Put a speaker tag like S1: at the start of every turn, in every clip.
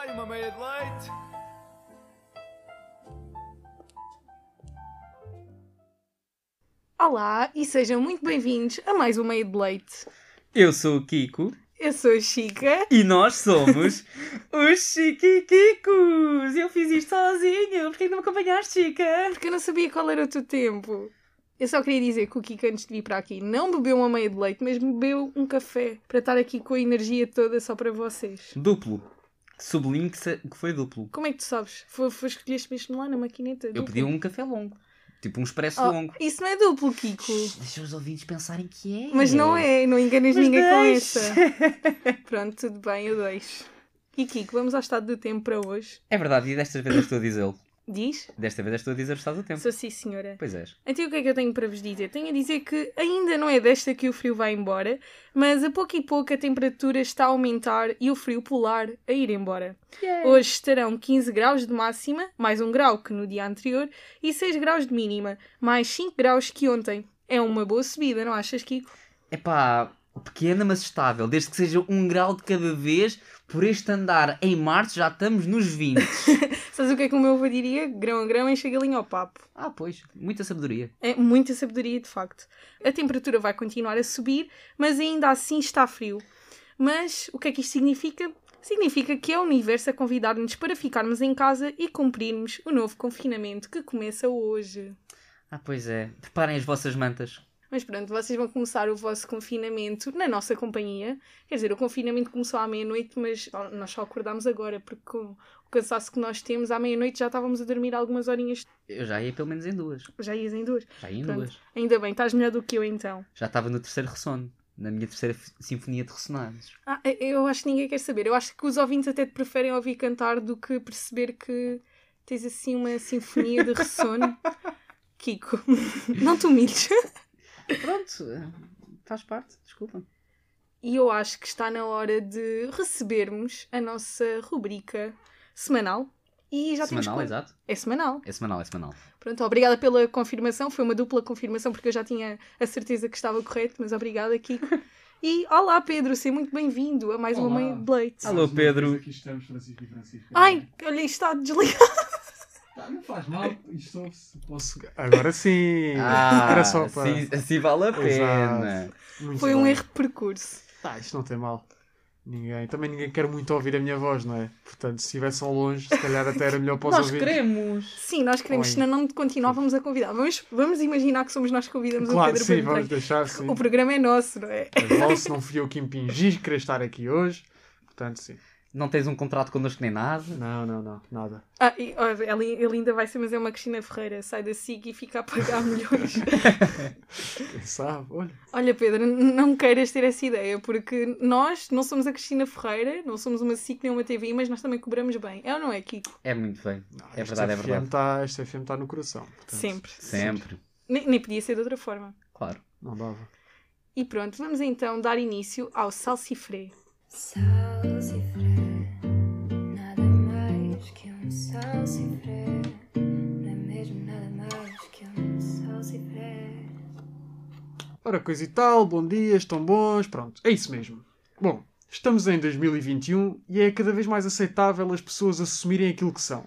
S1: Ai, mamãe é de leite!
S2: Olá e sejam muito bem-vindos a mais um Meio de Leite.
S3: Eu sou o Kiko
S2: Eu sou a Chica.
S3: e nós somos os Chiquiquicos! Eu fiz isto sozinho, porquê que não me acompanhaste, Chica?
S2: Porque eu não sabia qual era o teu tempo. Eu só queria dizer que o Kiko, antes de vir para aqui, não bebeu uma meia de leite, mas bebeu um café para estar aqui com a energia toda só para vocês.
S3: Duplo. Sublinho que, se- que foi duplo.
S2: Como é que tu sabes? Foi, foi escolheste mesmo lá na maquineta?
S3: Eu
S2: duplo.
S3: pedi um café longo, tipo um expresso
S2: Oh,
S3: longo.
S2: Isso não é duplo, Kiko.
S3: Deixa os ouvintes pensarem que é.
S2: Mas não é, não enganas
S3: Mas
S2: ninguém com
S3: deixa.
S2: essa. Pronto, tudo bem, eu deixo. E Kiko, vamos ao estado do tempo para hoje.
S3: É verdade, e desta vez eu estou a dizê-lo.
S2: Diz?
S3: Desta vez eu estou a dizer o estado do tempo.
S2: Sou sim, senhora.
S3: Pois és.
S2: Então, o que é que eu tenho para vos dizer? Tenho a dizer que ainda não é desta que o frio vai embora, mas a pouco e pouco a temperatura está a aumentar e o frio polar a ir embora. Hoje estarão 15 graus de máxima, mais um grau que no dia anterior, e 6 graus de mínima, mais 5 graus que ontem. É uma boa subida, não achas, Kiko?
S3: Epá, pequena mas estável, desde que seja um grau de cada vez, por este andar em março já estamos nos 20.
S2: Sabes o que é que o meu avô diria? Grão a grão enche a galinha ao papo.
S3: ah, pois, muita sabedoria.
S2: É muita sabedoria, de facto. A temperatura vai continuar a subir, mas ainda assim está frio. Mas o que é que isto significa? Significa que é o universo a convidar-nos para ficarmos em casa e cumprirmos o novo confinamento que começa hoje.
S3: Ah, pois é, preparem as vossas mantas.
S2: Mas pronto, vocês vão começar o vosso confinamento na nossa companhia. Quer dizer, o confinamento começou à meia-noite, mas nós só acordámos agora, porque com o cansaço que nós temos, à meia-noite já estávamos a dormir algumas horinhas.
S3: Eu já ia pelo menos em duas.
S2: Já ias em duas.
S3: Já ia em
S2: Pronto.
S3: duas.
S2: Ainda bem, estás melhor do que eu então.
S3: Já estava no terceiro ressono, na minha terceira f- sinfonia de ressonantes.
S2: Ah, eu acho que ninguém quer saber. Eu acho que os ouvintes até te preferem ouvir cantar do que perceber que tens assim uma sinfonia de ressono. Kiko, não te humilhes.
S3: Pronto, eh, faz parte, desculpa.
S2: E eu acho que está na hora de recebermos a nossa rubrica semanal. E já temos.
S3: semanal,
S2: con-
S3: exato.
S2: É semanal.
S3: É semanal, é semanal.
S2: Pronto, obrigada pela confirmação. Foi uma dupla confirmação porque eu já tinha a certeza que estava correto, mas obrigada, Kiko. E olá, Pedro, seja muito bem-vindo a mais uma
S3: Olá.
S2: mãe de leite.
S3: Alô,
S4: Mais uma vez
S3: Pedro.
S4: Aqui estamos, Francisco e Francisco.
S2: Ai, olha, isto está desligado.
S4: Tá, não faz mal, isto ouve-se. Posso.
S5: Agora sim! É. Ah, Era só para.
S3: assim, assim vale a
S5: Exato.
S3: pena.
S5: Muito
S2: Foi um
S5: bem.
S2: erro de percurso.
S5: Tá, isto não tem mal. Ninguém. Também ninguém quer muito ouvir a minha voz, não é? Portanto, se estivessem ao longe, se calhar até era melhor para os
S3: Nós
S5: ouvir.
S3: queremos.
S2: Sim, nós queremos,
S5: Oi.
S2: senão não te continuávamos a convidar. Vamos, vamos imaginar que somos nós que convidamos o
S5: Claro,
S2: Pedro
S5: sim,
S2: para
S5: vamos
S2: entrar.
S5: deixar sim.
S2: O programa é nosso, não é?
S5: Mas mal se não fui eu que impingi querer estar aqui hoje. Portanto, sim.
S3: Não tens um contrato connosco nem nada.
S5: Não, não, não. Nada.
S2: Ah, e, olha, ele, ele ainda vai ser, mas é uma Cristina Ferreira. Sai da SIG e fica a pagar milhões.
S5: Quem sabe? Olha.
S2: olha, Pedro, n- não queiras ter essa ideia, porque nós não somos a Cristina Ferreira, não somos uma SIC nem uma TV, mas nós também cobramos bem. É ou não é, Kiko?
S3: É muito bem.
S5: Não,
S3: É
S5: este
S3: verdade, é
S5: FM
S3: verdade.
S5: Tá, este FM está no coração. portanto,
S2: Sempre.
S3: Sempre.
S2: Nem, nem podia ser de outra forma.
S3: Claro.
S5: Não dava.
S2: E pronto, vamos então dar início ao Salsifré.
S6: Salsifré, nada mais que um salsifré. Não é mesmo nada mais que um salsifré.
S5: Ora, coisa e tal, bom dia, estão bons, pronto, é isso mesmo. Bom, estamos em 2021 e é cada vez mais aceitável as pessoas assumirem aquilo que são.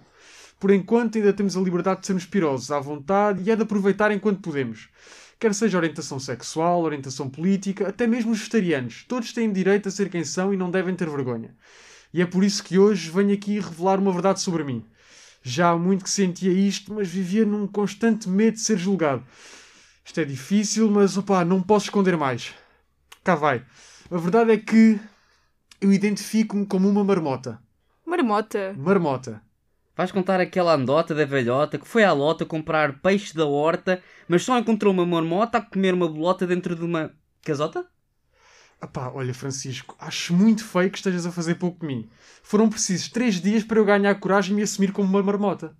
S5: Por enquanto, ainda temos a liberdade de sermos pirosos à vontade e é de aproveitar enquanto podemos. Quer seja orientação sexual, orientação política, até mesmo os vegetarianos, todos têm direito a ser quem são e não devem ter vergonha. E é por isso que hoje venho aqui revelar uma verdade sobre mim. Já há muito que sentia isto, mas vivia num constante medo de ser julgado. Isto é difícil, mas opá, não posso esconder mais. Cá vai. A verdade é que eu identifico-me como uma marmota.
S2: Marmota.
S5: Marmota.
S3: Vais contar aquela andota da velhota que foi à lota comprar peixe da horta, mas só encontrou uma marmota a comer uma bolota dentro de uma casota?
S5: Epá, olha, Francisco, acho muito feio que estejas a fazer pouco de mim. Foram precisos três dias para eu ganhar coragem e me assumir como uma marmota.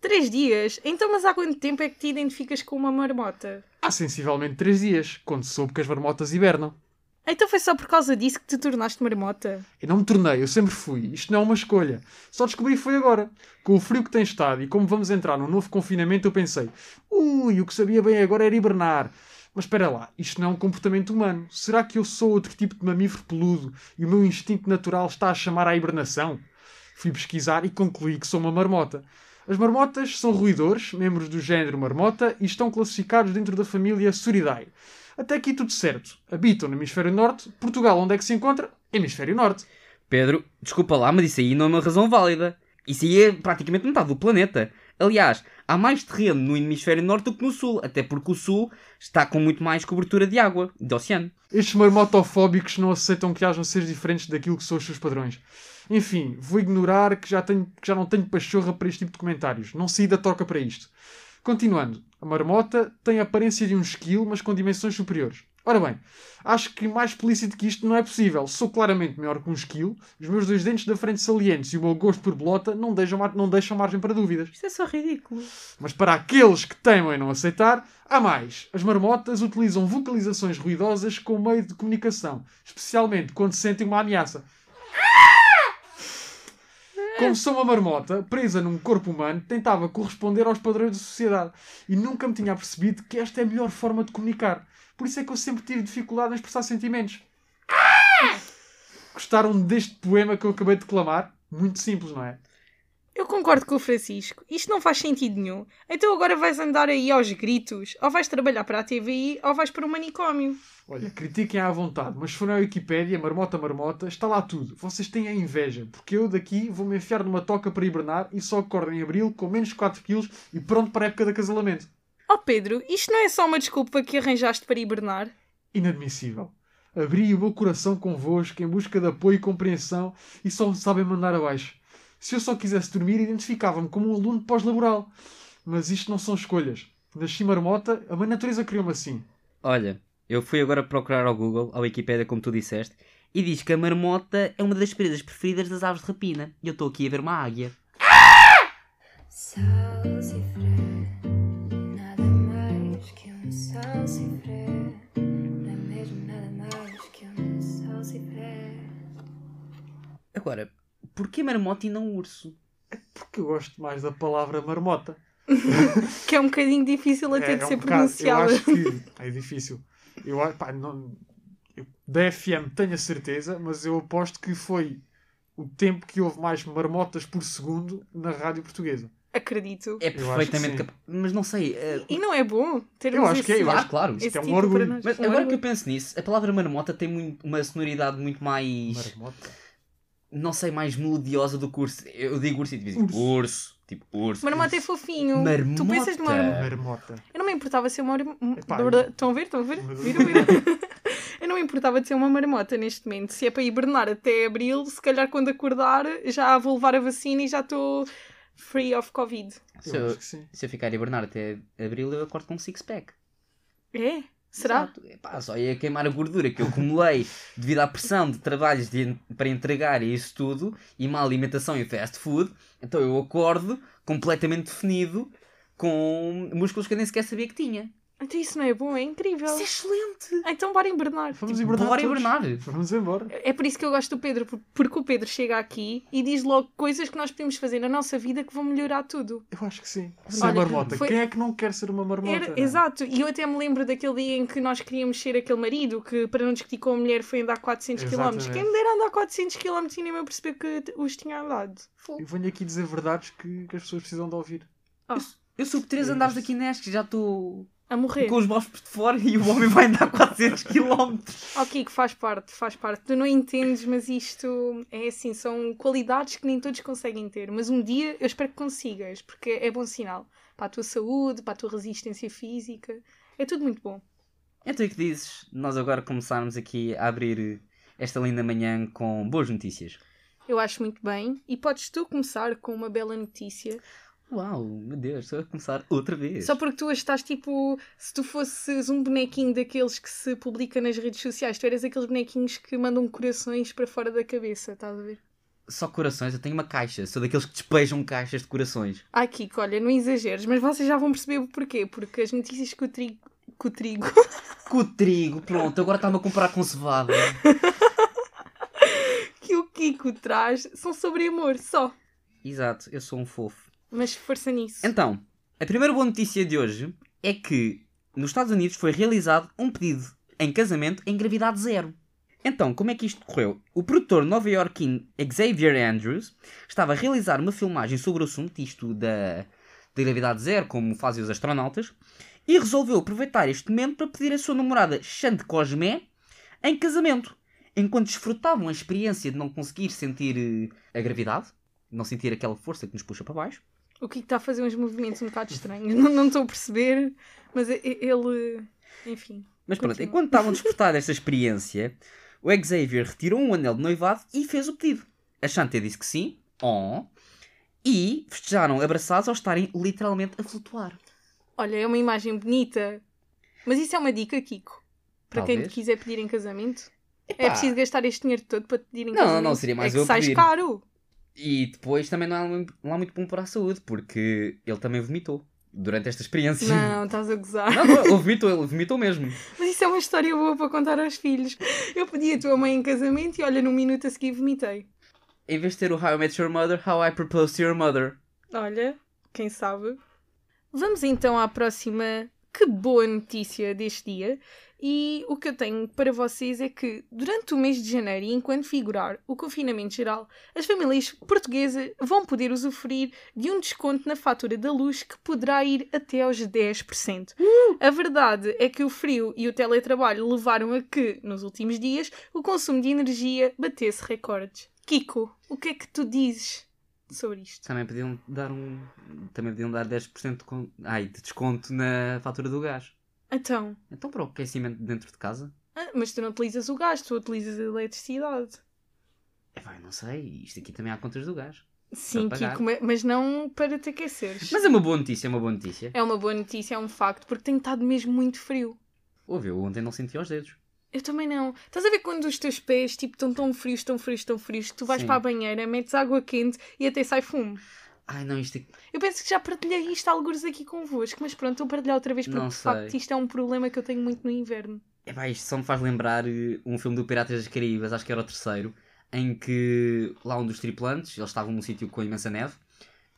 S2: Três dias? Então, mas há quanto tempo é que te identificas com uma marmota?
S5: Há sensivelmente três dias, quando soube que as marmotas hibernam.
S2: Então foi só por causa disso que te tornaste marmota?
S5: Eu não me tornei, eu sempre fui. Isto não é uma escolha. Só descobri foi agora. Com o frio que tem estado e como vamos entrar num novo confinamento, eu pensei: ui, o que sabia bem agora era hibernar. Mas espera lá, isto não é um comportamento humano. Será que eu sou outro tipo de mamífero peludo e o meu instinto natural está a chamar à hibernação? Fui pesquisar e concluí que sou uma marmota. As marmotas são roedores, membros do género marmota, e estão classificados dentro da família Suridae. Até aqui tudo certo. Habitam no hemisfério norte. Portugal, onde é que se encontra? Hemisfério norte.
S3: Pedro, desculpa lá, mas isso aí não é uma razão válida. Isso aí é praticamente metade do planeta. Aliás, há mais terreno no hemisfério norte do que no sul, até porque o sul está com muito mais cobertura de água, de oceano.
S5: Estes marmotofóbicos não aceitam que hajam seres diferentes daquilo que são os seus padrões. Enfim, vou ignorar que já, tenho, que já não tenho pachorra para este tipo de comentários. Não saí da toca para isto. Continuando, a marmota tem a aparência de um esquilo, mas com dimensões superiores. Ora bem, acho que mais explícito que isto não é possível. Sou claramente maior que um esquilo, os meus dois dentes da frente salientes e o meu gosto por bolota não deixam, mar- não deixam margem para dúvidas.
S2: Isto é só ridículo.
S5: Mas para aqueles que temem não aceitar, há mais. As marmotas utilizam vocalizações ruidosas como meio de comunicação, especialmente quando sentem uma ameaça. Como sou uma marmota, presa num corpo humano, tentava corresponder aos padrões da sociedade e nunca me tinha percebido que esta é a melhor forma de comunicar. Por isso é que eu sempre tive dificuldade em expressar sentimentos. Gostaram deste poema que eu acabei de declamar? Muito simples, não é?
S2: Eu concordo com o Francisco. Isto não faz sentido nenhum. Então agora vais andar aí aos gritos. Ou vais trabalhar para a TVI ou vais para o manicômio.
S5: Olha, critiquem à vontade, mas se forem à Wikipédia, marmota, marmota, está lá tudo. Vocês têm a inveja, porque eu daqui vou-me enfiar numa toca para hibernar e só acordo em abril com menos 4 quilos e pronto para a época de acasalamento.
S2: Oh Pedro, isto não é só uma desculpa que arranjaste para hibernar?
S5: Inadmissível. Abri o meu coração convosco em busca de apoio e compreensão e só me sabem mandar abaixo. Se eu só quisesse dormir, identificava-me como um aluno pós-laboral. Mas isto não são escolhas. Nasci marmota, a mãe natureza criou-me assim.
S3: Olha, eu fui agora procurar ao Google, à Wikipédia, como tu disseste, e diz que a marmota é uma das presas preferidas das aves de rapina. E eu estou aqui a ver uma águia.
S6: Sal cifré, nada mais que um sal cifré. Não é mesmo nada mais que um sal cifré.
S3: Agora, porquê marmota e não urso?
S5: Porque eu gosto mais da palavra marmota.
S2: Que é um bocadinho difícil até de
S5: um
S2: ser
S5: bocado-
S2: pronunciada.
S5: Eu acho que é difícil. Eu, acho- pá, não, eu, da FM tenho a certeza, mas eu aposto que foi o tempo que houve mais marmotas por segundo na rádio portuguesa.
S2: Acredito.
S3: É
S5: acho que
S3: perfeitamente
S5: sim.
S3: capaz. Mas não sei. eh,
S2: E não é bom termos
S5: Eu acho que é, eu
S2: esse-
S3: claro,
S5: acho-
S3: claro.
S5: Isto
S2: esse
S5: é um
S2: título
S5: orgulho.
S2: para nós.
S3: Mas
S2: Um
S3: agora que
S2: orgulho.
S3: eu penso nisso, a palavra marmota tem muito- uma sonoridade muito mais.
S5: Marmota.
S3: não sei, mais melodiosa do que urso. Eu digo urso e digo
S5: Urso.
S3: urso. urso. Tipo urso.
S2: Marmota é
S3: urso.
S2: fofinho. Tu pensas numa
S3: Marmota.
S2: marmota.
S5: Marmota.
S2: Eu não me importava ser uma marmota.
S5: Epá, eu-
S2: Estão a ver? Estão a ver? Viram, viram? Eu não me importava de ser uma marmota neste momento. Se é para hibernar até abril, se calhar quando acordar já vou levar a vacina e já estou free of Covid.
S3: Se
S5: Eu acho
S3: eu,
S5: que sim.
S3: se eu ficar a hibernar até abril, eu acordo com um six-pack.
S2: É? Será?
S3: Exato. Epá, só ia queimar a gordura que eu acumulei devido à pressão de trabalhos de- para entregar e isso tudo, e má alimentação e fast food. Então eu acordo completamente definido com músculos que eu nem sequer sabia que tinha.
S2: Então isso não é bom, é incrível.
S3: Isso é excelente!
S2: Ah, Então bora hibernar.
S5: Vamos hibernar.
S3: Bora
S5: todos.
S3: hibernar!
S5: Vamos embora.
S2: É por isso que eu gosto do Pedro, por- porque o Pedro chega aqui e diz logo coisas que nós podemos fazer na nossa vida que vão melhorar tudo.
S5: Eu acho que sim. Ser
S2: Olha,
S5: marmota.
S2: foi-
S5: Quem é que não quer ser uma marmota?
S2: Era- exato, e eu até me lembro daquele dia em que nós queríamos ser aquele marido que, para não discutir com a mulher, foi andar 400 km.
S5: Exatamente.
S2: Quem me dera andar 400 km e nem me perceber que t- os tinha andado.
S5: Eu venho aqui dizer verdades que, que as pessoas precisam de ouvir.
S3: Eu soube três andares aqui neste, já estou
S2: A morrer.
S3: com os bofos de fora e o homem vai andar 400 km.
S2: Ok, que faz parte, faz parte. Tu não entendes, mas isto é assim, são qualidades que nem todos conseguem ter. Mas um dia eu espero que consigas, porque é bom sinal para a tua saúde, para a tua resistência física. É tudo muito bom.
S3: Então, e que dizes? Nós agora começarmos aqui a abrir esta linda manhã com boas notícias.
S2: Eu acho muito bem. E podes tu começar com uma bela notícia.
S3: Uau, meu Deus, estou a começar outra vez.
S2: Só porque tu hoje estás tipo. Se tu fosses um bonequinho daqueles que se publica nas redes sociais, tu eras aqueles bonequinhos que mandam corações para fora da cabeça, estás a ver?
S3: Só corações, eu tenho uma caixa, sou daqueles que despejam caixas de corações.
S2: Ai, Kiko, olha, não exageres, mas vocês já vão perceber o porquê. Porque as notícias que o trigo. Que o trigo.
S3: Com o trigo, pronto, agora está-me a comprar com cevada.
S2: que o Kiko traz são sobre amor, só.
S3: Exato, eu sou um fofo.
S2: Mas força nisso.
S3: Então, a primeira boa notícia de hoje é que nos Estados Unidos foi realizado um pedido em casamento em gravidade zero. Então, como é que isto correu? O produtor nova-iorquino Xavier Andrews estava a realizar uma filmagem sobre o assunto, isto da, da gravidade zero, como fazem os astronautas, e resolveu aproveitar este momento para pedir a sua namorada Chante Cosmé em casamento. Enquanto desfrutavam a experiência de não conseguir sentir eh, a gravidade, não sentir aquela força que nos puxa para baixo,
S2: O Kiko está a fazer uns movimentos um bocado estranhos. Não não estou a perceber, mas e- e- ele. Enfim.
S3: Mas pronto,
S2: Continua.
S3: enquanto estavam a desfrutar desta experiência, o Xavier retirou um anel de noivado e fez o pedido. A Shantae disse que sim, oh, e festejaram abraçados ao estarem literalmente a flutuar.
S2: Olha, é uma imagem bonita. Mas isso é uma dica, Kiko. Para quem
S3: Talvez.
S2: te quiser pedir em casamento.
S3: Epá,
S2: É preciso gastar este dinheiro todo para te pedir em
S3: Não,
S2: casamento.
S3: não, seria mais
S2: é
S3: eu
S2: que
S3: a
S2: sais
S3: pedir.
S2: caro.
S3: E depois também não é, muito- não é muito bom para a saúde, porque ele também vomitou durante esta experiência.
S2: Não, estás a gozar.
S3: Não, não, ele vomitou, ele vomitou mesmo.
S2: Mas isso é uma história boa para contar aos filhos. Eu pedi a tua mãe em casamento e olha, num minuto a seguir vomitei.
S3: Em vez de ter o How I Met Your Mother, How I Proposed to Your Mother.
S2: Olha, quem sabe. Vamos então à próxima. Que boa notícia deste dia! E o que eu tenho para vocês é que, durante o mês de janeiro e enquanto figurar o confinamento geral, as famílias portuguesas vão poder usufruir de um desconto na fatura da luz que poderá ir até aos 10%. A verdade é que o frio e o teletrabalho levaram a que, nos últimos dias, o consumo de energia batesse recordes. Kiko, o que é que tu dizes sobre isto?
S3: Também podiam dar um. Também podiam dar 10% de, con- ai, de desconto na fatura do gás.
S2: Então,
S3: Então para o aquecimento dentro de casa?
S2: ah, mas tu não utilizas o gás, tu utilizas a eletricidade.
S3: É pá, não sei, isto aqui também há contas do gás.
S2: Sim,
S3: Para pagar.
S2: Kiko, ma- mas não para te aqueceres.
S3: Mas é uma boa notícia, é uma boa notícia.
S2: É uma boa notícia, é um facto, porque tem estado mesmo muito frio.
S3: Ouve, eu ontem não senti os dedos.
S2: Eu também não. Estás a ver quando os teus pés tipo, estão tão frios, tão frios, tão frios, que tu vais
S3: Sim.
S2: para a banheira, metes água quente e até sai fumo.
S3: Ai não, isto aqui...
S2: Eu penso que já partilhei isto alguns aqui convosco, mas pronto, estou a partilhar outra vez porque
S3: Não
S2: de
S3: sei.
S2: facto isto é um problema que eu tenho muito no inverno.
S3: Epá, isto só me faz lembrar eh, um filme do Piratas das Caraíbas, acho que era o terceiro, em que lá um dos tripulantes, eles estavam num sítio com imensa neve,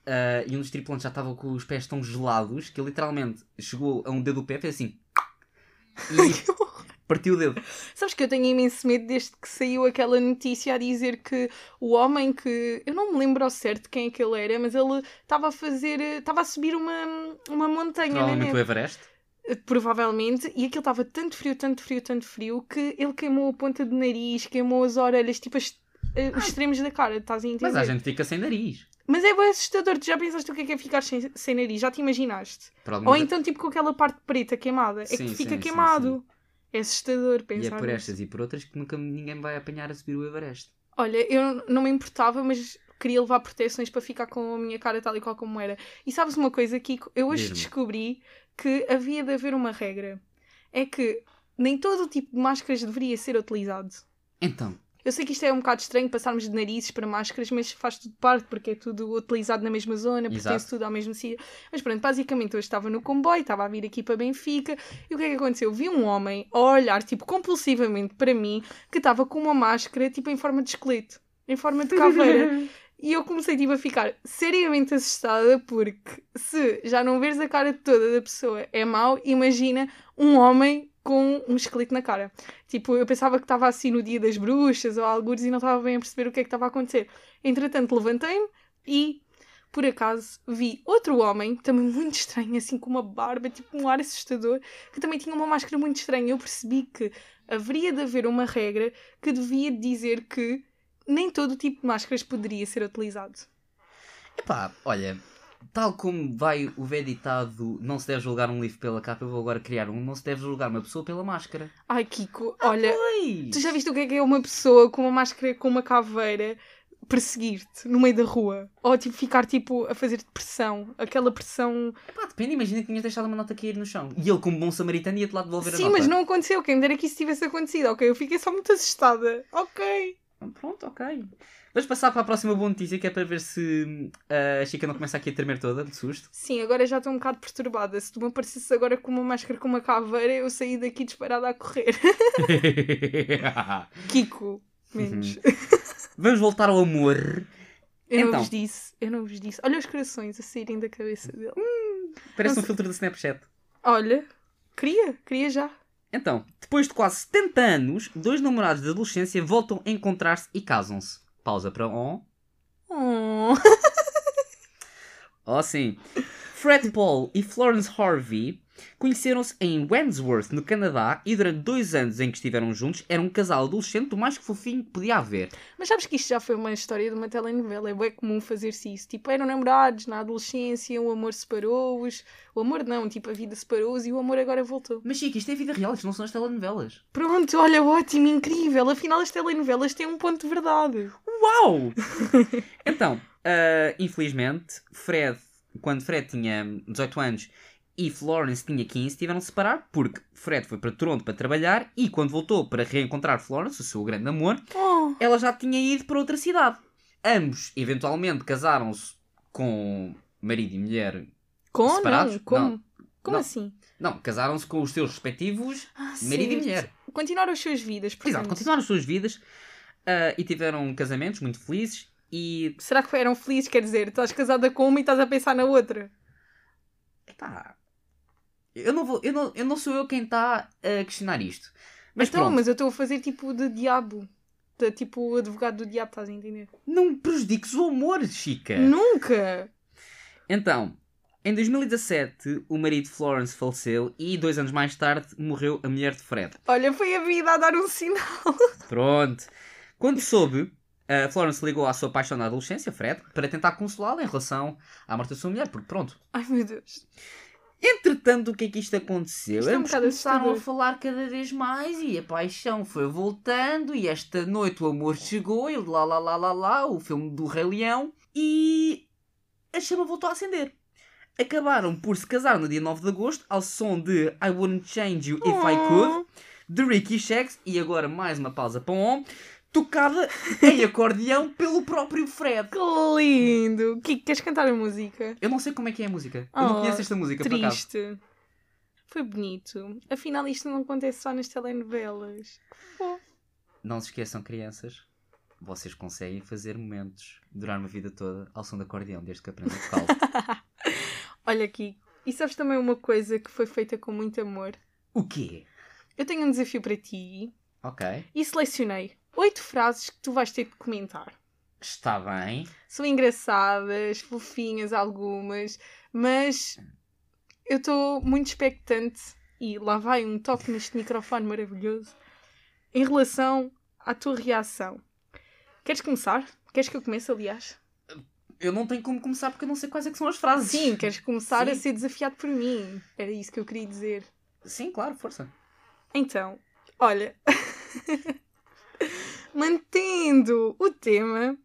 S3: ah, e um dos tripulantes já estava com os pés tão gelados que ele literalmente chegou a um dedo do pé, fez assim... E partiu o dedo.
S2: Sabes que eu tenho imenso medo desde que saiu aquela notícia a dizer que o homem que. Eu não me lembro ao certo quem é que ele era, mas ele estava a fazer. eh, estava a subir uma, uma montanha na
S3: Provavelmente o
S2: neve.
S3: Everest.
S2: Eh, Provavelmente. E aquilo estava tanto frio, tanto frio, tanto frio que ele queimou a ponta do nariz, queimou as orelhas, tipo as- eh, os extremos da cara, estás a entender?
S3: Mas a gente fica sem nariz.
S2: Mas é bem assustador, tu já pensaste o que é que é ficar sem, sem nariz, já te imaginaste?
S3: Por alguma
S2: Ou
S3: ra-
S2: então tipo com aquela parte preta queimada, é
S3: é- Sim,
S2: que
S3: sim,
S2: fica
S3: sim,
S2: queimado. É assustador
S3: E é
S2: pensar
S3: por
S2: nisso.
S3: estas e por outras que nunca ninguém vai apanhar a subir o Everest.
S2: Olha, eu não me importava, mas queria levar proteções para ficar com a minha cara tal e qual como era. E sabes uma coisa, Kiko? Eu hoje
S3: Diz-me.
S2: descobri que havia de haver uma regra. É que nem todo o tipo de máscaras deveria ser utilizado.
S3: Então,
S2: Eu sei que isto é um bocado estranho, passarmos de narizes para máscaras, mas faz tudo parte, porque é tudo utilizado na mesma zona, pertence
S3: Exato.
S2: tudo ao mesmo sítio. Mas pronto, basicamente hoje estava no comboio, estava a vir aqui para Benfica, e o que é que aconteceu? Vi um homem a olhar, tipo, compulsivamente para mim, que estava com uma máscara, tipo, em forma de esqueleto, em forma de caveira. E eu comecei, tipo, a ficar seriamente assustada, porque se já não veres a cara toda da pessoa é mau, imagina um homem com um esqueleto na cara. Tipo, eu pensava que estava assim no dia das bruxas ou algures e não estava bem a perceber o que é que estava a acontecer. Entretanto, levantei-me e, por acaso, vi outro homem, também muito estranho, assim com uma barba, tipo um ar assustador, que também tinha uma máscara muito estranha. Eu percebi que haveria de haver uma regra que devia dizer que nem todo o tipo de máscaras poderia ser utilizado.
S3: epá, olha, tal como vai o velho ditado não se deve julgar um livro pela capa, eu vou agora criar um não se deve julgar uma pessoa pela máscara.
S2: Ai, Kiko, olha,
S3: Ei!
S2: tu já viste o que é que é uma pessoa com uma máscara, com uma caveira, perseguir-te no meio da rua? Ou tipo, ficar tipo a fazer-te pressão, aquela pressão.
S3: Epá, depende, imagina que tinhas deixado uma nota cair no chão. E ele, como bom samaritano, ia-te lá devolver a
S2: Sim,
S3: nota.
S2: mas não aconteceu. Quem me dera que isso tivesse acontecido, ok? Eu fiquei só muito assustada. Ok.
S3: Ah, Pronto, ok. Vamos passar para a próxima boa notícia, que é para ver se hum, a Chica não começa aqui a tremer toda, de susto.
S2: Sim, agora já estou um bocado perturbada. Se tu me aparecesse agora com uma máscara com uma caveira, eu saí daqui disparada a correr.
S3: Uhum.
S2: Kiko, menos.
S3: Vamos voltar ao amor.
S2: Eu não
S3: Então.
S2: vos disse, eu não vos disse. Olha os corações a saírem da cabeça dele.
S3: Parece
S2: Não
S3: um filtro da Snapchat.
S2: Olha, queria, queria já.
S3: Então, depois de quase 70 anos, dois namorados de adolescência voltam a encontrar-se e casam-se. Pausa para on.
S2: Oh.
S3: Oh, sim. Fred Paul e Florence Harvey conheceram-se em Wandsworth, no Canadá, e durante dois anos em que estiveram juntos, eram um casal adolescente o mais fofinho que podia haver.
S2: Mas sabes que isto já foi uma história de uma telenovela, é bem comum fazer-se isso. Tipo, eram namorados na adolescência, o amor separou-os. O amor não, tipo, a vida separou-os e o amor agora voltou.
S3: Mas, Chico, isto é vida real, isto não são as telenovelas.
S2: Pronto, olha, ótimo, incrível. Afinal, as telenovelas têm um ponto de verdade.
S3: Uau! então, ah, infelizmente, Fred, quando Fred tinha 18 anos e Florence tinha 15, tiveram de separar porque Fred foi para Toronto para trabalhar e quando voltou para reencontrar Florence, o seu grande amor,
S2: Oh,
S3: ela já tinha ido para outra cidade. Ambos, eventualmente, casaram-se com marido e mulher.
S2: com?
S3: Separados?
S2: Não, como?
S3: Não.
S2: Como
S3: Não.
S2: assim?
S3: Não, casaram-se com os seus respectivos
S2: Ah,
S3: marido e
S2: certo.
S3: mulher.
S2: Continuaram as suas vidas,
S3: Exato,
S2: portanto.
S3: continuaram as suas vidas ah, e tiveram casamentos muito felizes e
S2: Será que eram felizes? Quer dizer, estás casada com uma e estás a pensar na outra.
S3: Epá, eu não vou, eu não, eu não sou eu quem está a questionar isto. Mas
S2: então,
S3: pronto,
S2: mas eu estou a fazer tipo de diabo. De, tipo o advogado do diabo, estás a entender?
S3: não prejudiques o amor, Chica.
S2: Nunca!
S3: Então, em 2017, o marido de Florence faleceu e dois anos mais tarde morreu a mulher de Fred.
S2: Olha, foi a vida a dar um sinal.
S3: Pronto. Quando soube, a Florence ligou à sua paixão na adolescência, Fred, para tentar consolá-la em relação à morte da sua mulher, porque pronto.
S2: Ai meu Deus.
S3: Entretanto, o que é que isto aconteceu?
S2: Isto é um
S3: Ambos
S2: bocado
S3: começaram a
S2: assustador.
S3: falar cada vez mais e a paixão foi voltando e esta noite o amor chegou e lá lá lá lá lá, o filme do Rei Leão e a chama voltou a acender. Acabaram por se casar no dia 9 de agosto ao som de I Wouldn't Change You If I Could
S2: Oh.
S3: de Ricky Shacks e agora mais uma pausa para um tocada em acordeão pelo próprio Fred.
S2: Que lindo! Kiko, queres cantar a música?
S3: Eu não sei como é que é a música. Eu não
S2: Oh,
S3: conheço esta música por acaso.
S2: Triste. Foi bonito. Afinal, isto não acontece só nas telenovelas.
S3: Não se esqueçam, crianças, vocês conseguem fazer momentos, durar uma vida toda, ao som de acordeão, desde que aprendam a tocá-lo.
S2: Olha aqui. E sabes também uma coisa que foi feita com muito amor?
S3: o quê?
S2: Eu tenho um desafio para ti
S3: Ok.
S2: e selecionei oito frases que tu vais ter que comentar.
S3: Está bem.
S2: são engraçadas, fofinhas algumas, mas eu estou muito expectante e lá vai um toque neste microfone maravilhoso em relação à tua reação. Queres começar? Queres que eu comece, aliás?
S3: Eu não tenho como começar porque eu não sei quais é que são as frases.
S2: Sim, queres começar a
S3: Sim.
S2: ser desafiado por mim. Era isso que eu queria dizer.
S3: Sim, claro, força.
S2: Então, olha. Mantendo o tema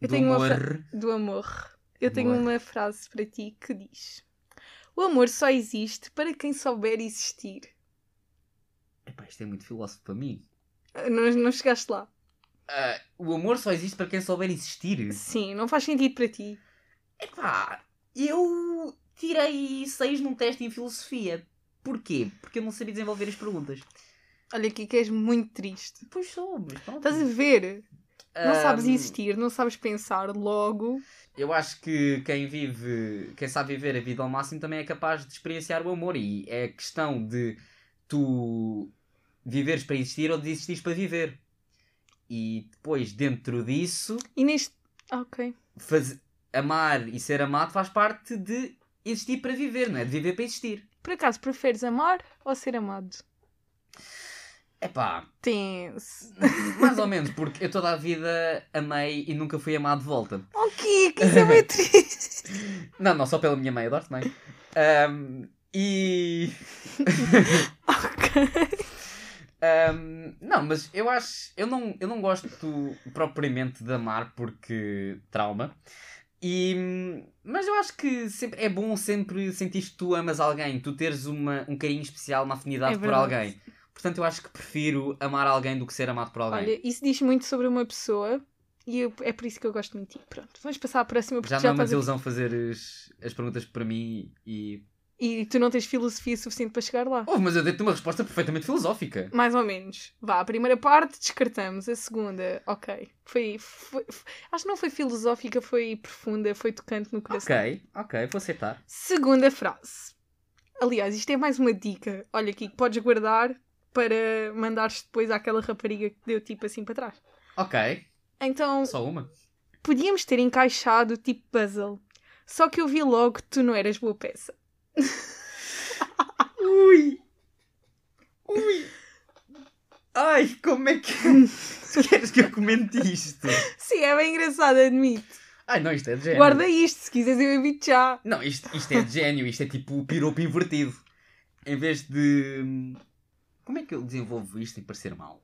S2: Eu
S3: Do
S2: tenho uma fra-
S3: amor.
S2: do amor, eu tenho
S3: Amor.
S2: uma frase para ti que diz: O amor só existe para quem souber existir.
S3: Epá, isto é muito filósofo para mim.
S2: Ah, Não, não chegaste lá.
S3: Ah, o amor só existe para quem souber existir.
S2: Sim, não faz sentido para ti.
S3: Epá, eu tirei seis num teste em filosofia. Porquê? Porque eu não sabia desenvolver as perguntas.
S2: Olha aqui que és muito triste.
S3: Pois sou, mas pronto.
S2: Estás a ver? Não sabes
S3: Ah,
S2: existir, não sabes pensar logo.
S3: Eu acho que quem vive, quem sabe viver a vida ao máximo também é capaz de experienciar o amor e é questão de tu viveres para existir ou desistires para viver. E depois, dentro disso,
S2: E neste. Ah, Ok.
S3: faz- amar e ser amado faz parte de existir para viver, não é? De viver para existir.
S2: Por acaso, preferes amar ou ser amado?
S3: Epá,
S2: Tenso.
S3: mais ou menos, porque eu toda a vida amei e nunca fui amado de volta.
S2: Ok, que isso é bem triste.
S3: Não, não, só pela minha mãe, adoro também. Ahm, e.
S2: Ok.
S3: Ahm, não, mas eu acho. Eu não, eu não gosto propriamente de amar porque trauma. E, mas eu acho que sempre, é bom sempre sentir que tu amas alguém, tu teres uma, um carinho especial, uma afinidade
S2: É
S3: por
S2: verdade.
S3: alguém. Portanto, eu acho que prefiro amar alguém do que ser amado por alguém.
S2: Olha, isso diz muito sobre uma pessoa e eu- é por isso que eu gosto muito de ti. Pronto, vamos passar à próxima porque
S3: já
S2: já,
S3: não é uma
S2: estás a
S3: desilusão fazer as, as perguntas para mim e.
S2: E tu não tens filosofia suficiente para chegar lá.
S3: Oh, mas eu dei-te uma resposta perfeitamente filosófica.
S2: Mais ou menos. Vá, a primeira parte descartamos, a segunda, ok. Foi, foi- foi- acho que não foi filosófica, foi profunda, foi tocante no coração.
S3: Ok, ok, vou aceitar.
S2: Segunda frase. Aliás, isto é mais uma dica. Olha aqui, que podes guardar para mandares depois àquela rapariga que deu tipo assim para trás.
S3: Ok,
S2: Então,
S3: só uma.
S2: podíamos ter encaixado tipo puzzle. Só que eu vi logo que tu não eras boa peça.
S3: Ai, como é que. tu queres que eu comente isto?
S2: Sim, é bem engraçado, admito.
S3: Ai, não, isto é de gênio.
S2: Guarda isto, se quiseres eu evito já.
S3: Não, isto, isto é de gênio, isto é tipo o piropo invertido. Em vez de. hum, Como é que eu desenvolvo isto sem parecer mal?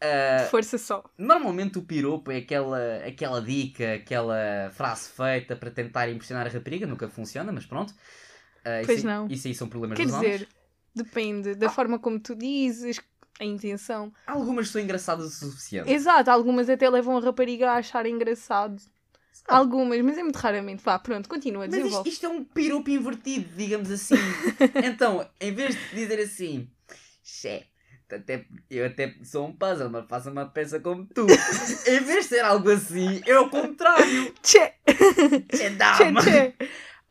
S3: Ah,
S2: Força só.
S3: Normalmente o piropo é aquela, aquela dica, aquela frase feita para tentar impressionar a rapariga, nunca funciona, mas pronto. Ah,
S2: Pois
S3: isso, aí-
S2: não.
S3: Isso aí são problemas
S2: Quer
S3: dos
S2: dizer,
S3: homens. Ah.
S2: depende da forma como tu dizes, a intenção.
S3: Algumas são engraçadas o suficiente.
S2: Exato, algumas até levam a rapariga a achar engraçado. Algumas, mas é muito raramente. Vá, pronto, continua,
S3: Ah. Mas isto,
S2: desenvolve.
S3: isto é um piropo invertido, digamos assim. então, em vez de dizer assim, chefe, até, eu até sou um puzzle, mas faço uma peça como tu. em vez de ser algo assim, é o contrário. É
S2: Tchê, tchê,
S3: Che dama.
S2: tchê.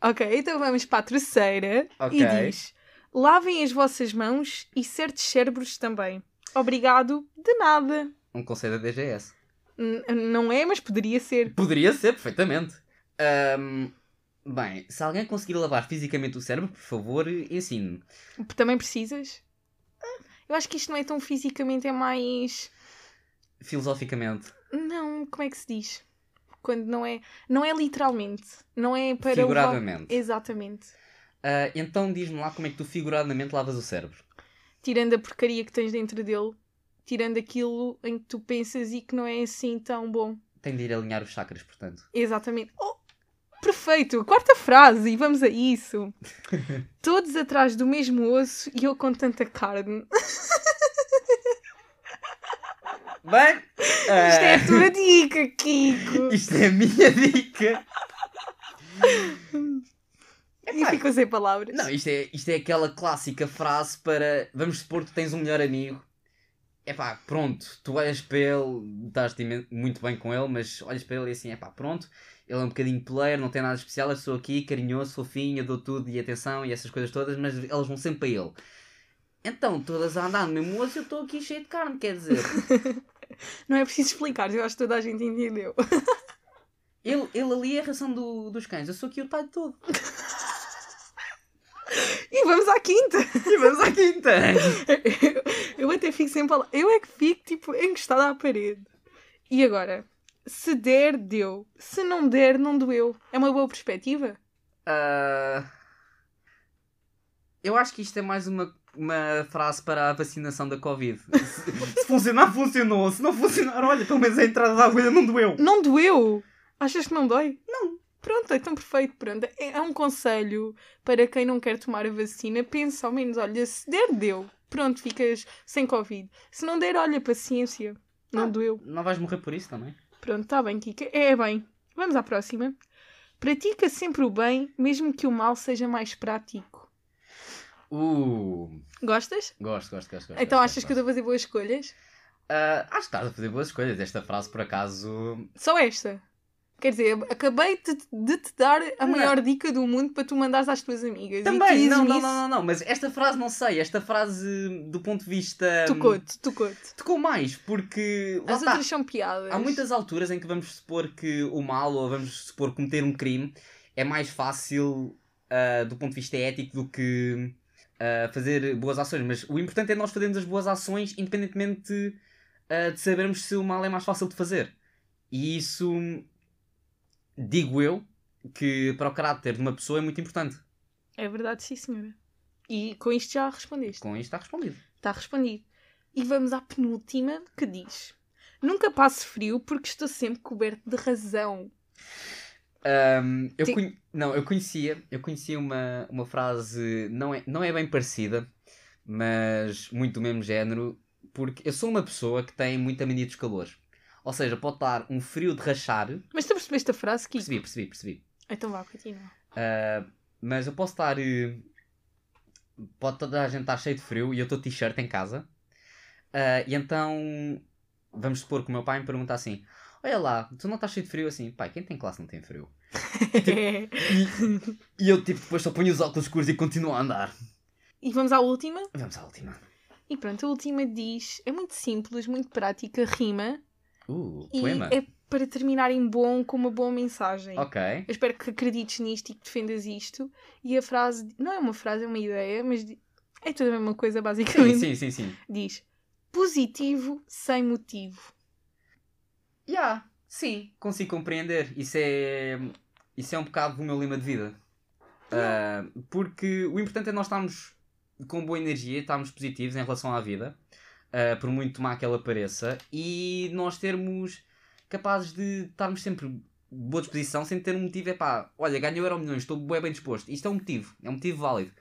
S2: Ok, então vamos para a terceira.
S3: Ok.
S2: E diz: Lavem as vossas mãos e certos cérebros também. Obrigado, de nada.
S3: Um conselho da DGS.
S2: N- não é, mas poderia ser.
S3: Poderia ser, perfeitamente. Ahm, bem, se alguém conseguir lavar fisicamente o cérebro, por favor, ensine-me.
S2: Também precisas? Eu acho que isto não é tão fisicamente, é mais.
S3: Filosoficamente.
S2: Não, como é que se diz? Quando não é. Não é literalmente. Não é para. levar-
S3: figuradamente.
S2: Exatamente.
S3: Ah, então diz-me lá como é que tu figuradamente lavas o cérebro.
S2: Tirando a porcaria que tens dentro dele, tirando aquilo em que tu pensas e que não é assim tão bom.
S3: Tenho de ir alinhar os chakras, portanto.
S2: Exatamente. Oh, perfeito! Quarta frase, e vamos a isso. Todos atrás do mesmo osso e eu com tanta carne.
S3: Bem,
S2: Isto é a
S3: ah,
S2: tua dica, Kiko!
S3: isto é a minha dica.
S2: E ficou sem palavras.
S3: Não, isto é, isto é aquela clássica frase para. Vamos supor que tens um melhor amigo. Epá, pronto, tu olhas para ele, estás-te imen- muito bem com ele, mas olhas para ele e assim, epá, pronto, ele é um bocadinho player, não tem nada de especial, eu sou aqui, carinhoso, fofinho, eu dou tudo e atenção e essas coisas todas, mas elas vão sempre para ele. Então, todas a andar no mesmo osso, eu estou aqui cheio de carne, quer dizer.
S2: Não é preciso explicar, eu acho que toda a gente entendeu.
S3: Ele, ele ali é a ração do- dos cães, eu sou aqui o talho todo.
S2: E vamos à quinta!
S3: E vamos à quinta!
S2: Eu até fico sem palavras. Eu é que fico, tipo, encostada à parede. E agora? Se der, deu. Se não der, não doeu. É uma boa perspectiva?
S3: Ah, eu acho que isto é mais uma, uma frase para a vacinação da Covid. Se, se funcionar, funcionou. Se não funcionar, olha, pelo menos a entrada da agulha não doeu.
S2: Não doeu! Achas que não dói? Não. Pronto, então perfeito. Pronto. É, é um conselho para quem não quer tomar a vacina. Pensa ao menos, olha, se der, deu. Pronto, ficas sem Covid. Se não der, olha, paciência. Não doeu.
S3: Não vais morrer por isso também.
S2: Pronto, está bem, Kika. É bem. Vamos à próxima. Pratica sempre o bem, mesmo que o mal seja mais prático.
S3: Uh,
S2: Gostas?
S3: gosto, gosto, gosto. gosto
S2: Então
S3: gosto,
S2: achas que eu
S3: gosto.
S2: estou a fazer boas escolhas?
S3: Ah, acho que estás a fazer boas escolhas. Esta frase, por acaso.
S2: Só esta. Quer dizer, acabei de, de te dar a
S3: Não. é.
S2: maior dica do mundo para tu mandares às tuas amigas. e tu
S3: Também,
S2: dizes
S3: não, não,
S2: isso,
S3: não, não, não, mas esta frase não sei. Esta frase, do ponto de vista.
S2: Tocou-te, tocou-te.
S3: Tocou mais, porque. lá
S2: As
S3: está.
S2: outras são piadas.
S3: Há muitas alturas em que vamos supor que o mal ou vamos supor cometer um crime é mais fácil ah, do ponto de vista ético do que ah, fazer boas ações. Mas o importante é nós fazermos as boas ações independentemente ah, de sabermos se o mal é mais fácil de fazer. E isso digo eu que para o caráter de uma pessoa é muito importante.
S2: É verdade, sim, senhora. E com isto já respondeste.
S3: Com isto está respondido.
S2: Está respondido. E vamos à penúltima que diz: Nunca passo frio porque estou sempre coberto de razão.
S3: Ahm, eu
S2: Ti-
S3: conhe- Não, eu conhecia, eu conhecia uma, uma frase, não é, não é bem parecida, mas muito do mesmo género, porque eu sou uma pessoa que tem muita mania dos calores. Ou seja, pode estar um frio de rachar.
S2: Mas tu percebeste a frase, Kiko?
S3: Percebi, percebi, percebi.
S2: Então vá, continua.
S3: Ah, mas eu posso estar. eh, Pode toda a gente estar cheio de frio e eu estou de t-shirt em casa. Ah, e então. Vamos supor que o meu pai me pergunta assim: Olha lá, tu não estás cheio de frio assim? Pai, quem tem classe não tem frio.
S2: É.
S3: E, e eu tipo depois só ponho os óculos escuros e continuo a andar.
S2: e vamos à última?
S3: Vamos à última.
S2: E pronto, a última diz: é muito simples, muito prática, rima.
S3: Uh,
S2: E
S3: poema.
S2: é para terminar em bom, com uma boa mensagem.
S3: Ok.
S2: Eu espero que acredites nisto e que defendas isto. E a frase, não é uma frase, é uma ideia, mas di- é toda a mesma coisa, basicamente.
S3: Sim, sim, sim, sim.
S2: Diz positivo sem motivo.
S3: Yeah, sim. Consigo compreender. Isso é. Isso é um bocado do meu lema de vida. Ah, porque o importante é nós estarmos com boa energia, estarmos positivos em relação à vida, ah, por muito má que ela pareça, e nós termos capazes de estarmos sempre de boa disposição sem ter um motivo. É pá, olha, ganhei o euro milhões, estou bué bem disposto. Isto é um motivo, é um motivo válido.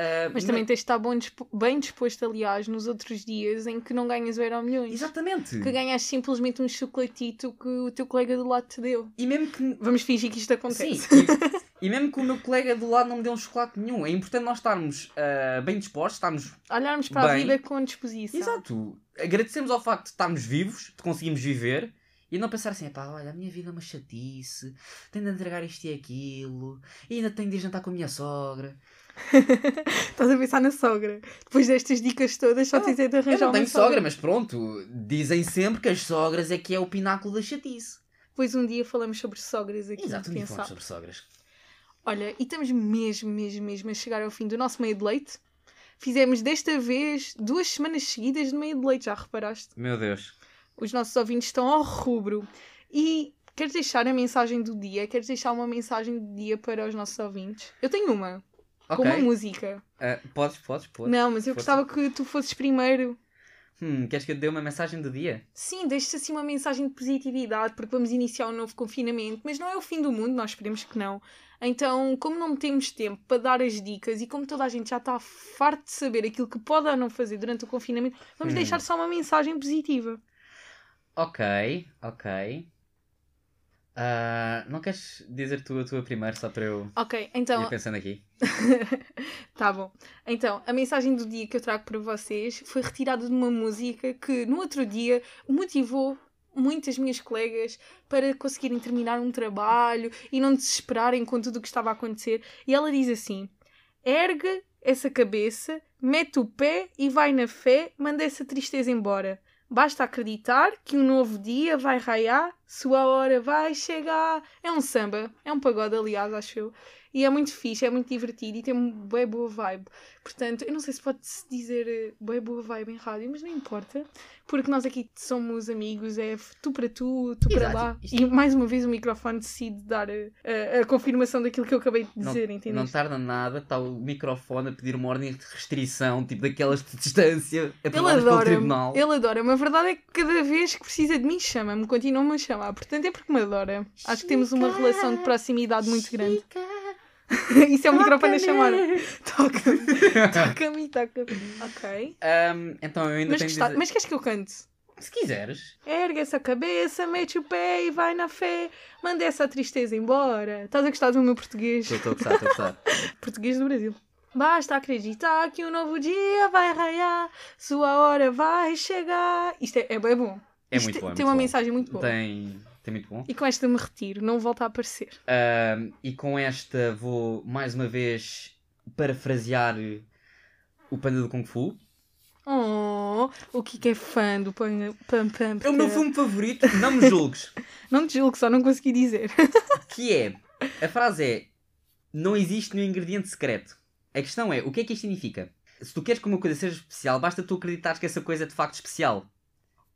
S3: Ah,
S2: Mas também tens de estar bom dispo- bem disposto, aliás, nos outros dias em que não ganhas o Euro Milhões.
S3: Exatamente!
S2: Que ganhas simplesmente um chocolatito que o teu colega do lado te deu.
S3: E mesmo que
S2: Vamos fingir que isto acontece.
S3: Sim, e, e mesmo que o meu colega do lado não me dê um chocolate nenhum, é importante nós estarmos ah, bem dispostos, estarmos.
S2: Olharmos para
S3: Bem.
S2: a vida com disposição.
S3: Exato! Agradecemos ao facto de estarmos vivos, de conseguirmos viver e não pensar assim, pá, olha, a minha vida é uma chatice, tenho de entregar isto e aquilo, e ainda tenho de ir jantar com a minha sogra.
S2: Estás a pensar na sogra. Depois destas dicas todas, só
S3: Ah, Eu não-
S2: tens é de arranjar
S3: Eu não
S2: uma
S3: tenho sogra, mas pronto, dizem sempre que as sogras é que é o pináculo da chatice.
S2: Depois um dia falamos sobre sogras aqui.
S3: Exato, um dia
S2: pensar.
S3: falamos sobre sogras.
S2: Olha, e estamos mesmo, mesmo, mesmo a chegar ao fim do nosso meio de leite. Fizemos desta vez duas semanas seguidas de meio de leite, já reparaste?
S3: Meu Deus.
S2: Os nossos ouvintes estão ao rubro. E queres deixar a mensagem do dia? Queres deixar uma mensagem do dia para os nossos ouvintes? Eu tenho uma,
S3: Ok,
S2: com uma música.
S3: ah, podes, podes, podes.
S2: Não, mas eu
S3: força.
S2: gostava que tu fosses primeiro.
S3: Hum, queres que eu te dê uma mensagem do dia?
S2: Sim, deixa assim uma mensagem de positividade, porque vamos iniciar um novo confinamento, mas não é o fim do mundo, nós esperemos que não. Então, como não temos tempo para dar as dicas e como toda a gente já está farto de saber aquilo que pode ou não fazer durante o confinamento, vamos
S3: Hum.
S2: deixar só uma mensagem positiva.
S3: Ok, ok. Ah, não queres dizer tu a tua primeiro só para eu
S2: Ok, então,
S3: ir pensando aqui?
S2: tá bom. Então, a mensagem do dia que eu trago para vocês foi retirada de uma música que no outro dia motivou muitas minhas colegas para conseguirem terminar um trabalho e não desesperarem com tudo o que estava a acontecer. E ela diz assim: ergue essa cabeça, mete o pé e vai na fé, manda essa tristeza embora. Basta acreditar que um novo dia vai raiar, sua hora vai chegar. É um samba, é um pagode, aliás, acho eu. E é muito fixe, é muito divertido e tem uma bué boa vibe. Portanto, eu não sei se pode-se dizer eh, bué boa vibe em rádio, mas não importa, porque nós aqui somos amigos, é tu para tu, tu para
S3: Exato,
S2: lá.
S3: isto-
S2: E mais uma vez o microfone decide dar eh, a, a confirmação daquilo que eu acabei de
S3: Não-
S2: dizer,
S3: Não
S2: entendeste?
S3: tarda nada, está o microfone a pedir uma ordem de restrição, tipo daquelas de distância,
S2: Ele
S3: aprovadas pelo
S2: adora-me,
S3: tribunal.
S2: ele adora-me. A verdade é que cada vez que precisa de mim, chama-me, continua-me a chamar. Portanto, é porque me adora. Acho que temos uma
S6: Chica,
S2: relação de proximidade muito grande.
S6: Chica,
S2: Isso é o microfone a chamar.
S6: toca-me.
S2: Toca-me, toca-me, toca-me. Ok.
S3: Ahm, então eu ainda
S2: Mas,
S3: tenho de
S2: gostar-
S3: dizer-
S2: mas queres que eu cante?
S3: Se quiseres.
S2: Ergue essa cabeça, mete o pé e vai na fé. Manda essa tristeza embora. Estás a gostar do meu português?
S3: Estou estou a gostar, estou a gostar.
S2: português do Brasil. Basta acreditar que um novo dia vai raiar, sua hora vai chegar. Isto é, é bem bom.
S3: É
S2: Isto
S3: muito bom.
S2: Tem
S3: é muito
S2: uma
S3: bom.
S2: mensagem muito boa.
S3: Tem, tem muito bom.
S2: E com esta me retiro, não volta a aparecer.
S3: Ahm, e com esta vou mais uma vez parafrasear o Panda do Kung Fu.
S2: Oh, o Kiko é fã do Pam Pam Pam.
S3: É o meu
S2: Pam.
S3: filme favorito, não me julgues.
S2: Não te julgo, só não consegui dizer.
S3: Que é, a frase é: Não existe nenhum ingrediente secreto. A questão é: o que é que isto significa? Se tu queres que uma coisa seja especial, basta tu acreditares que essa coisa é de facto especial.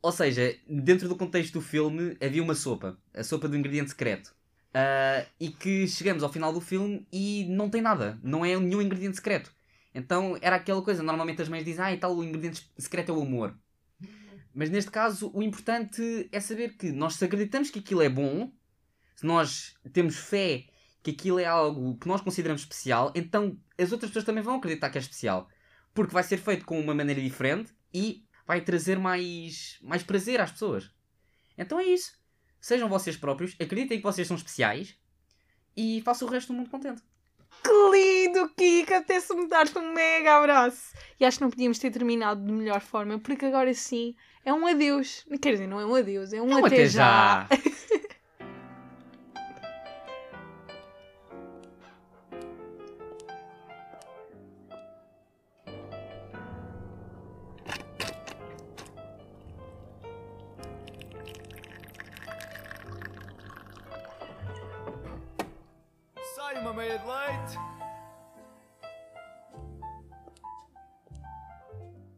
S3: Ou seja, dentro do contexto do filme havia uma sopa, a sopa do ingrediente secreto. Ah, e que chegamos ao final do filme e não tem nada, não é nenhum ingrediente secreto. Então era aquela coisa, normalmente as mães dizem, ah, e tal, o ingrediente secreto é o amor. Mas neste caso, o importante é saber que nós se acreditamos que aquilo é bom, se nós temos fé que aquilo é algo que nós consideramos especial, então as outras pessoas também vão acreditar que é especial. Porque vai ser feito com uma maneira diferente e vai trazer mais, mais prazer às pessoas. Então é isso. Sejam vocês próprios, acreditem que vocês são especiais e façam o resto do mundo contente.
S2: Que lindo, Kika! Até se me dar-te um mega abraço. E acho que não podíamos ter terminado de melhor forma, porque agora sim é um adeus. Quer dizer, não é um adeus, é um,
S3: Então,
S2: até, já.
S1: Olha, uma meia de leite.